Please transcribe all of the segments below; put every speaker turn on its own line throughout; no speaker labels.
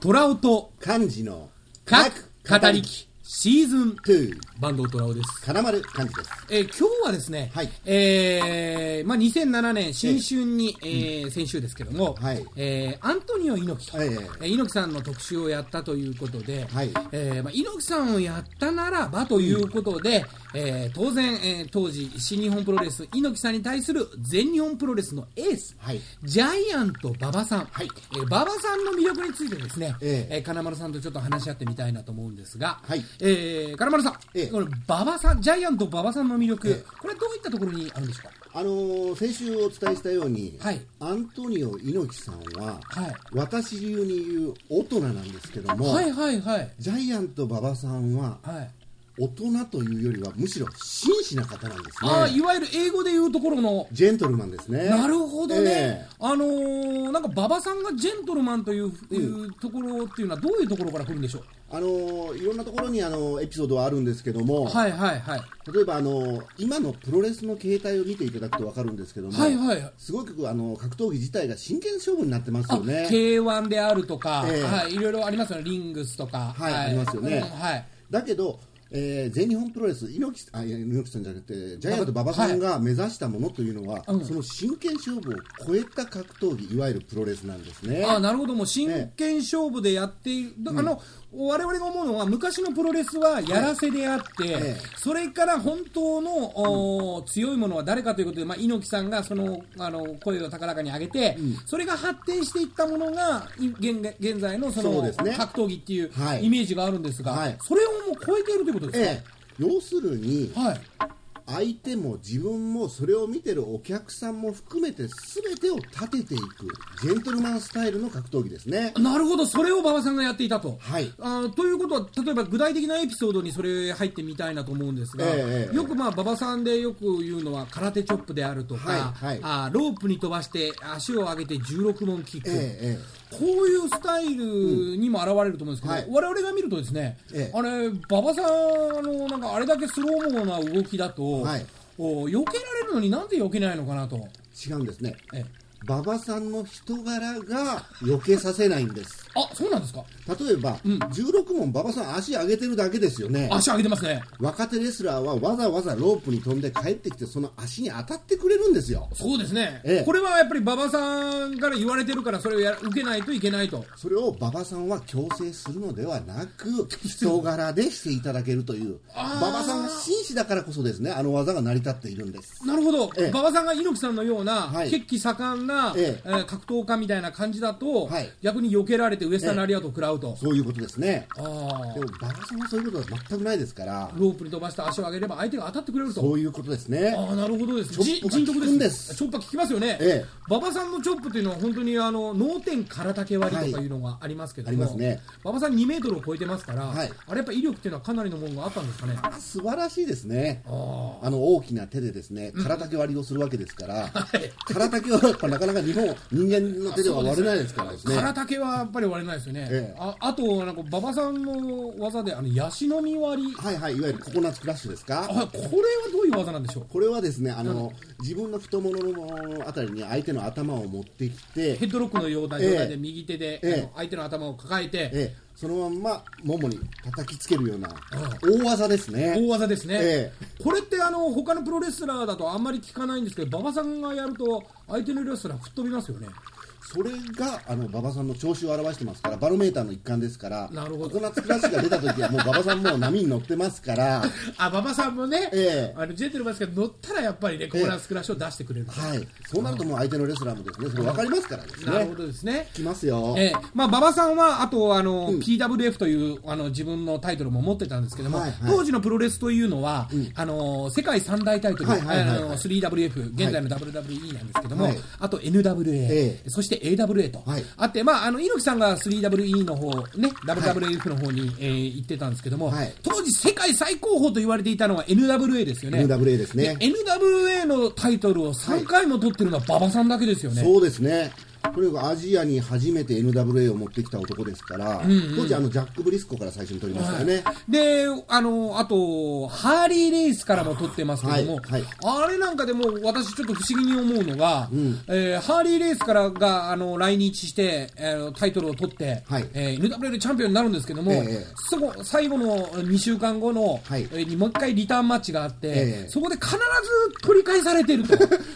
トラオと
漢字の
各語りきシーズン
2、
バンドトラオです。
絡まる漢字です。
えー今日はですね、
はい
えーまあ、2007年新春に、えー先週ですけども、
はい
えーアントニオ猪木と、
ええ
えー猪木さんの特集をやったということで、
はい
えーまあ、猪木さんをやったならばということで、えー当然、えー当時新日本プロレス猪木さんに対する全日本プロレスのエース、
はい
ジャイアント馬場さん、
はい
えー馬場さんの魅力についてですね、
ええ
えー金丸さんとちょっと話し合ってみたいなと思うんですが、
はい
えー金丸さん、
ええ
これ馬場さんジャイアント馬場さんの魅力、
ええ
これはどういったところにあるんでしょうか
あのー先週お伝えしたように、
はい
アントニオ猪木さんは、
はい
私流に言う大人なんですけども、
はいはいはい
ジャイアント馬場さんは
はい、
大人というよりはむしろ紳士な方なんですね
ああいわゆる英語で言うところの
ジェントルマンですね
なるほどね、
ええ
あのーなんか馬場さんがジェントルマンという,、いうところっていうのはどういうところから来るんでしょう
あのーいろんなところに、あのーエピソードはあるんですけども、
はいはいはい
例えば、あのー今のプロレスの形態を見ていただくと分かるんですけども、
はいはいはい
すごく、あのー格闘技自体が真剣勝負になってます
あ
よね
K1 であるとか、
ええ
はい、いろいろありますよね、リングスとか、
はいありますよね
うんはい、
だけど、えー全日本プロレス猪木さんあいや猪木さんじゃなくてジャイアント馬場さんが目指したものというのは、
うん
その真剣勝負を超えた格闘技いわゆるプロレスなんですね。
あなるほど、もう真剣勝負でやっている、だあの我々が思うのは、昔のプロレスはやらせであって、
ええ
それから本当の、おー強いものは誰かということで、まあ、猪木さんがそのあの声を高らかに上げて、それが発展していったものが、い現現在のその
そうですね
格闘技っていう
はい
イメージがあるんですが、
はい
それをもう超えているということですか。
ええ要するに
はい
相手も自分もそれを見てるお客さんも含めて全てを立てていくジェントルマンスタイルの格闘技ですね。
なるほど、それを馬場さんがやっていたと。
はい
あーということは、例えば具体的なエピソードにそれ入ってみたいなと思うんですが、
ええ
よくまあ馬場さんでよく言うのは、空手チョップであるとか、
はいはい
あーロープに飛ばして足を上げて16本キック、
えええ
こういうスタイルにも現れると思うんですけど、
はい
我々が見るとですね、
ええ
あれ、馬場さんのなんかあれだけスローモーな動きだと、
はい
お避けられるのになんで避けないのかなと。
え違うんですね。
ええ
馬場さんの人柄が避けさせないんです。
あ、そうなんですか
例えば、16問馬場さん足上げてるだけですよね。
足上げてますね。
若手レスラーはわざわざロープに飛んで帰ってきてその足に当たってくれるんですよ
そうですね、
ええ
これはやっぱり馬場さんから言われてるから、それをや受けないといけないと、
それを馬場さんは強制するのではなく人柄でしていただけるという
あー
馬場さんが紳士だからこそですねあの技が成り立っているんです
なるほど、
ええ
馬場さんが猪木さんのような、
はい
血気盛んな、
ええ
えー格闘家みたいな感じだと、
はい
逆に避けられて、ウエスタンラリアートを食らうと、
そういうことですね
あー
でも馬場さんはそういうことは全くないですから
ロープに飛ばして足を上げれば、相手が当たってくれると。
そういうことですね
ああなるほどです。
チョップが
じ人徳
効くんです
チョップは効きますよね。
ええ
馬場さんのチョップというのは本当にあの脳天空竹割りとかいうのがありますけども、
はいありますね
馬場さん2メートルを超えてますから、
はい
あれやっぱ威力っていうのはかなりのものがあったんですかね。
あ素晴らしいですね
ああ。
あの大きな手でですね、空竹割りをするわけで すから、
い
空竹はやっぱなかなか日本、人間の手では割れないですからですね。
空竹はやっぱり割れないですよね、
ええ
ああとなんか馬場さんの技であのヤシの実割り
はいはい、いわゆるココナッツクラッシュです
あ
か。
これはどういう技なんでしょう
これはですね、あの、自分の太もものあたりに相手の頭を持ってきて
ヘ、ッドロックのような
ええ
状態で右手で、
ええ
あの相手の頭を抱えて、
ええそのまんま、ももに叩きつけるような、大技ですね。
大技ですね、
え
これってあの他のプロレスラーだとあんまり聞かないんですけど馬場さんがやると相手のレスラー吹っ飛びますよね
それが、あの、馬場さんの調子を表してますから、バロメーターの一環ですから、
なるほど
ココナッツクラッシュが出た時は、もう馬場さんもう波に乗ってますから、
あ馬場さんもね、
ええ
あのジェントルマンですけど乗ったらやっぱりねコーナースクラッシュを出してくれる、
はい。そうなるともう相手のレスラーもですね、それ分かりますからです
なるほ
ね。
どですね
きますよ。
ええまあ、馬場さんは、あとあの、PWF というあの自分のタイトルも持ってたんですけども、
はいはい
当時のプロレスというのは、あの世界三大タイトル、
はいはいはいはい
あの 3WF、現在の WWE なんですけども、
はい
あと NWA、
ええ
そして AWA と、
はい
あって、まあ、あの猪木さんが 3WE の方ね、WWF の方に、えー行ってたんですけども、
はい
当時、世界最高峰と言われていたのは NWA ですよね。
NWA ですね
で NWA のタイトルを3回も取ってるのは馬場さんだけですよね。
そうですね。これがアジアに初めて NWA を持ってきた男ですから、当時あのジャック・ブリスコから最初に取りましたよね。
で、あの、あと、ハーリーレースからも撮ってますけども、
はいはい
あれなんかでも私ちょっと不思議に思うのが、えーハーリーレースからが、あの、来日して、えータイトルを取って、
はい
えー NWA でチャンピオンになるんですけども、
ええ
そこ、最後の2週間後の、
はい
えーにもう一回リターンマッチがあって、
ええ
そこで必ず取り返されてると。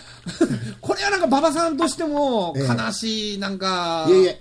これはなんか馬場さんとしても
ええ
悲しい、なんか、
いえいえ、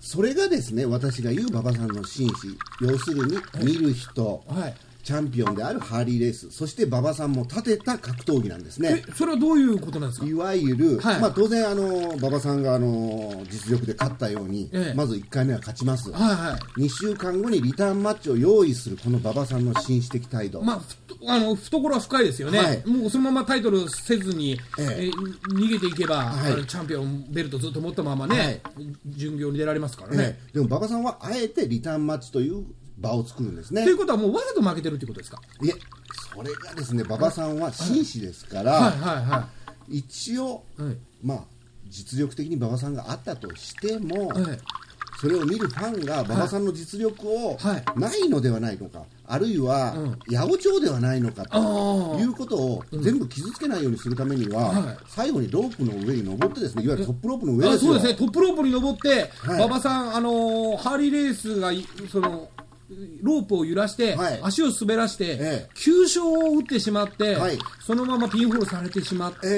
それがですね、私が言う馬場さんの紳士、要するに見る人、
はい
チャンピオンであるハーリーレース、そして馬場さんも立てた格闘技なんですね
え。それはどういうことなんですか
いわゆる、
はい
まあ、当然あの、馬場さんがあの実力で勝ったように、
ええ
まず1回目は勝ちます、
はいはい。
2週間後にリターンマッチを用意するこの馬場さんの紳士的態度、
まあ、ふとあの懐は深いですよね、
はい
もうそのままタイトルせずに、え
ええ
逃げていけば、
はい
あのチャンピオンベルトずっと持ったままね、
はい
巡業に出られますからね。
ねでも馬場さんはあえてリターンマッチという場を作るんですね
ということは、もうわざと負けてるってことですか。
いえそれがですね馬場さんは紳士ですから、
はいはいは
一応、
はい
まあ実力的に馬場さんがあったとしても、
い。はい
それを見るファンが馬場さんの実力を
はい
ないのではないのか、あるいは
うん
八百長ではないのか
あ
と
ー
いうことを全部傷つけないようにするためには、
はい
最後にロープの上に登ってですねいわゆるトップロープの上
あ
ですよ
そうですね、トップロープに登って、
はい
馬場さん、あのーハーリーレースがいそのロープを揺らして、
はい
足を滑らして、
ええ
急所を打ってしまって、
はい
そのままピンホールされてしまって、
ええ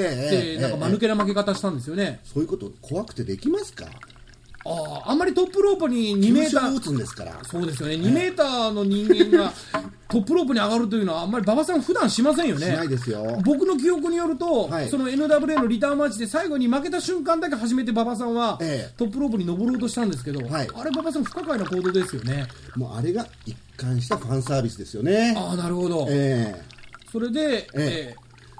ええええ
なんか間抜けな負け方したんですよね。
そういうこと怖くてできますか
あああんまりトップロープに2メ
急
ー
所
タ
を打
ー
つんですから
そうですよね2メーターの人間がトップロープに上がるというのはあんまり馬場さん普段しませんよね
しないですよ
僕の記憶によると、
はい
その NWA のリターンマッチで最後に負けた瞬間だけ初めて馬場さんは、
ええ
トップロープに登ろうとしたんですけど、
はい
あれ馬場さん不可解な行動ですよね
もうあれが一貫したファンサービスですよね
ああなるほど、
ええ
それで、
え
え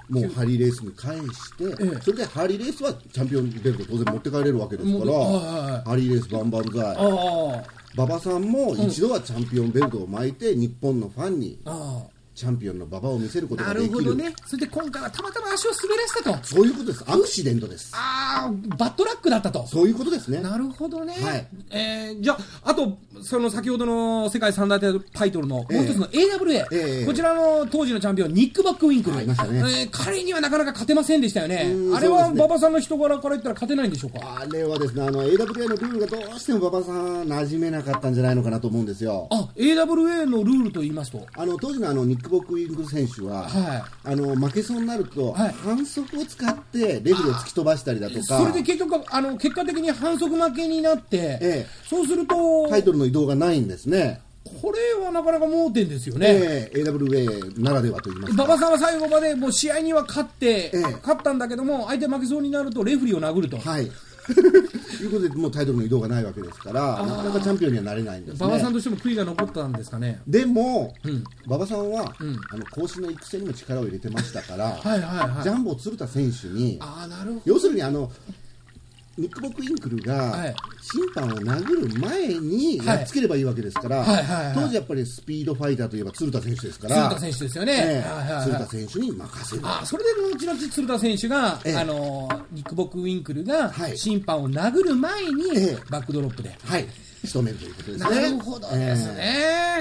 もうハリーレースに返して、
え
それでハリーレースはチャンピオンベルト当然持って帰れるわけですから、
もうはいはいはい
ハリーレース万々
え
歳
あ
馬場さんも一度はチャンピオンベルトを巻いて日本のファンに
ああ
チャンピオンの馬場を見せるこ
あ
とが
な
でき
る
る
ほどねそれで今回はたまたま足を滑らせたと
そういうことですアクシデントです
ああバッドラックだったと
そういうことですね
なるほどね、
はい
えーじゃあ、あとその先ほどの世界三大タイトルのもう一つの AWA、
ええ
こちらの当時のチャンピオン、ニック・バックウィンクル、
あいましたね
えー彼にはなかなか勝てませんでしたよね
う、ん
あれ
そ
は
うですね
馬場さんの人柄から言ったら勝てないんでしょうか、
あれはですねあの AWA のルールがどうしても馬場さん馴染めなかったんじゃないのかなと思うんですよ
あ AWA のルールと言いますと、
あの当時のあのニック・ボックウィング選手は、
は
あの負けそうになると、
はい
反則を使ってレフェを突き飛ばしたりだとか
それで結局あの、結果的に反則負けになって、
ええ
そうすると、
タイトルの移動がないんですね、
これはなかなか盲点ですよね。
ええ AWA ならではと言います
馬
か、
場さんは最後までもう試合には勝って、
ええ
勝ったんだけども、相手負けそうになるとレフェリーを殴ると、
はい、 ということで、もうタイトルの移動がないわけですから、なかなかチャンピオンにはなれないんです
馬場さん
ね。
としても悔いが残ったんですかね。
でも、馬場さんは、あの後進の育成にも力を入れてましたから、
はいはいはい
ジャンボ鶴田選手に、
ああ、なるほど。
要するにあのニック・ボック・インクル
は
が
い
審判を殴る前に
はい
やっつければいいわけですから、
はいはいはい
当時やっぱりスピードファイターといえば鶴田選手ですから
鶴田選手ですよね
ええ
はいはいはい
鶴田選手に任せる
ああ、それで後々鶴田選手が、
ええ
あのー、ニックボックウィンクルが
はい
審判を殴る前に、
ええ
バックドロップで。
はい仕留めるということです
な
ね
るほどです
ええ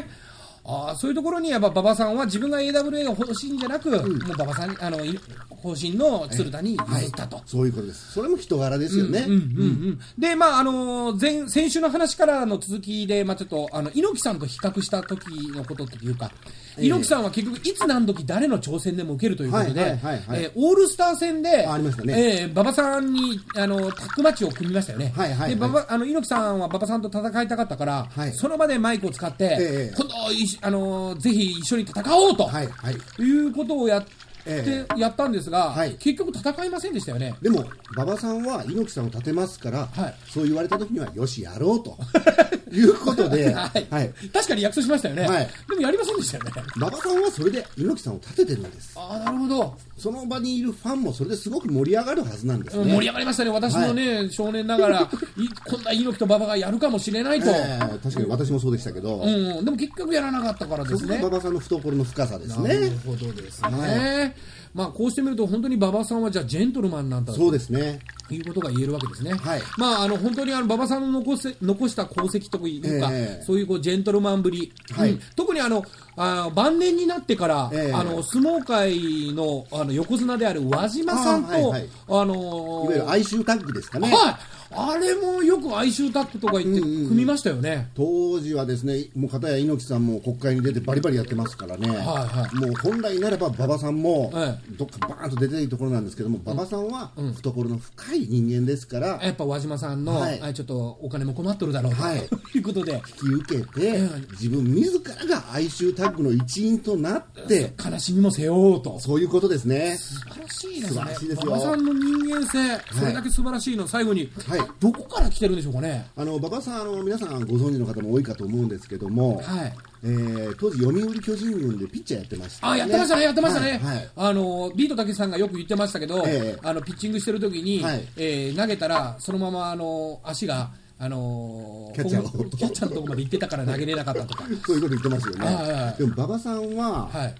ね。ああそういうところにやっぱ馬場さんは自分が AWA が欲しいんじゃなく、もう馬場さんにあのい方針の鶴田に譲ったと、
そういうことですそれも人柄ですよね、
うんうん、で、まああの前先週の話からの続きで、まあ、ちょっとあの猪木さんと比較した時のことというか、猪木さんは結局、いつ何時誰の挑戦でも受けるということで、
はいはいはいはい
えーオールスター戦で、
あありましたね
えー馬場さんにあのタッグマッチを組みましたよね、
はいはいはい
で馬場あの猪木さんは馬場さんと戦いたかったから、
はい
その場でマイクを使って、
ええ
今度いしあの、ぜひ一緒に戦おうと、
はいいはいう
ことをやって、
え
やったんですが、
はい
結局、戦いませんでしたよね。
でも馬場さんは猪木さんを立てますから、
はい
そう言われた時にはよしやろうと いうこと で、
はい、
はい、
確かに約束しましたよね、
はい
でもやりませんでしたよね。
馬場さんはそれで猪木さんを立ててるんです
ああ、なるほど、
その場にいるファンもそれですごく盛り上がるはずなんですね。
盛り上がりましたね、私のね、少年ながら、いこんな猪木と馬場がやるかもしれないと、
ええ確かに私もそうでしたけど、
うんうん、でも結局やらなかったからで
そ
す
こが
ね
馬。場さんの懐の深さです
なる
ね。
ほどですね、
は
まあこうしてみると、本当に馬場さんはじゃあ、ジェントルマンなんだと
そうですね。
いうことが言えるわけですね。
はい
まあ、あの、本当にあの、馬場さんの残せ残した功績というか、
ええ
そういうこう、ジェントルマンぶり。
はい
うん特にあの、あー晩年になってから、
ええ
あの、相撲界の、あの、横綱である和島さんと、あ,、
あーはいはい
のー
いわゆる哀愁タッグですかね。
はい。あれもよく哀愁タッグとか言って、
うんうんうん
組みましたよね。
当時はですね、もう片や猪木さんも国会に出てバリバリやってますからね、
はい
もう本来ならば馬場さんも
え、
どっかバーンと出ているところなんですけども、馬場さんは懐の深い人間ですから、
やっぱ和島さんの、
はい
あちょっとお金も困っとるだろうと、
はい
いうことで、
引き受けて、自分自らが哀愁タッグの一員となって、
悲しみも背負おうと。
そういうことですね。
素晴らしいですね。
素晴らしいですよ
馬場さんの人間性、それだけ素晴らしいの、最後に、
はい
どこから来てるんでしょうかね。
あの馬場さんあの、皆さんご存知の方も多いかと思うんですけども、
はい。
えー当時、読売巨人軍でピッチャーやってました、
あ、やってましたね、やってましたね。
はいはい
あの、ビートたけしさんがよく言ってましたけど、
ええ
あの、ピッチングしてる時に、
はい
えー投げたら、そのまま、あの、足が、あの
キャッチャーを
ホームキャッチャーのとこまで行ってたから投げれなかったとか。
そういうこと言ってますよね。
はいはいはい
でも馬場さんは、
はい。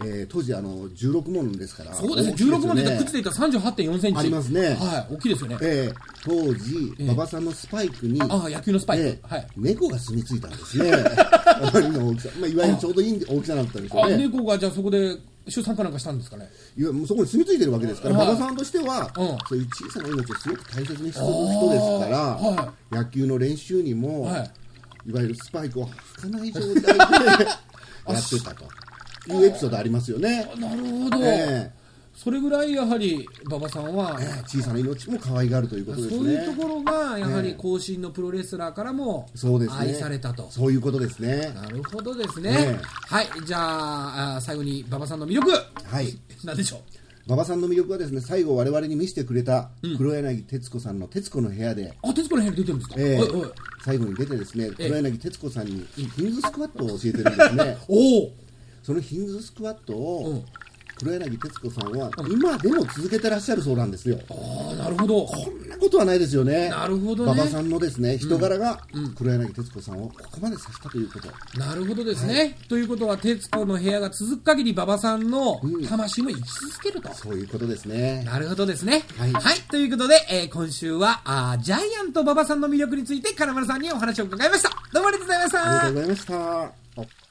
えー当時あの16問ですから、
そうですね、
大きいよ
16までいったら口でいったら38.4センチ。
ありますね
はい、大きいですよね。
えー当時、馬場さんのスパイクに、
あ、野球のスパイク。
えー
はい。
猫が住み着いたんで すね、あまりの大きさ、まあ、いわゆるちょうどいい大きさだったんでしょ
あ、
うね、
猫がじゃあそこで、出産かなんかしたんですかね。
いわもうそこに住み着いてるわけですから、
は
馬
い
場さんとしては、
うん
そういう小さな命をすごく大切にする人ですから、
あーは
野球の練習にも、、
はい
わゆるスパイクを履かない状 態でやってたというエピソードありますよね。
なるほど。
ええ
それぐらいやはり馬場さんは、
ええ小さな命も可愛がるということですね。
そういうところがやはり
ええ
後進のプロレスラーからも
そうですね。
愛されたと。
そういうことですね。
なるほどですね。
ええ
はい、じゃああ最後に馬場さんの魅力、
はい。
なんでしょう。
馬場さんの魅力はですね、最後我々に見せてくれた黒柳徹子さんの徹子の部屋で、
あ、徹子の部屋に出てるんですか。
ええ
おいおい
最後に出てですね、
ええ
黒柳徹子さんにヒンズスクワットを教えてるんですね。
おお。
そのヒンズスクワット
うん
を黒柳徹子さんは今でも続けてらっしゃるそうなんですよ。
ああ、なるほど。
そんなことはないですよね。
なるほどね
馬場さんのですね、人柄が黒柳徹子さんをここまでさせたということ。
なるほどですね。ということは、徹子の部屋が続く限り馬場さんの魂も生き続けると。
そういうことですね。
なるほどですね。は。
はいい
ということで、えー今週は、あージャイアント馬場さんの魅力について、金丸さんにお話を伺いました。どうもありがとうございました。
ありがとうございました。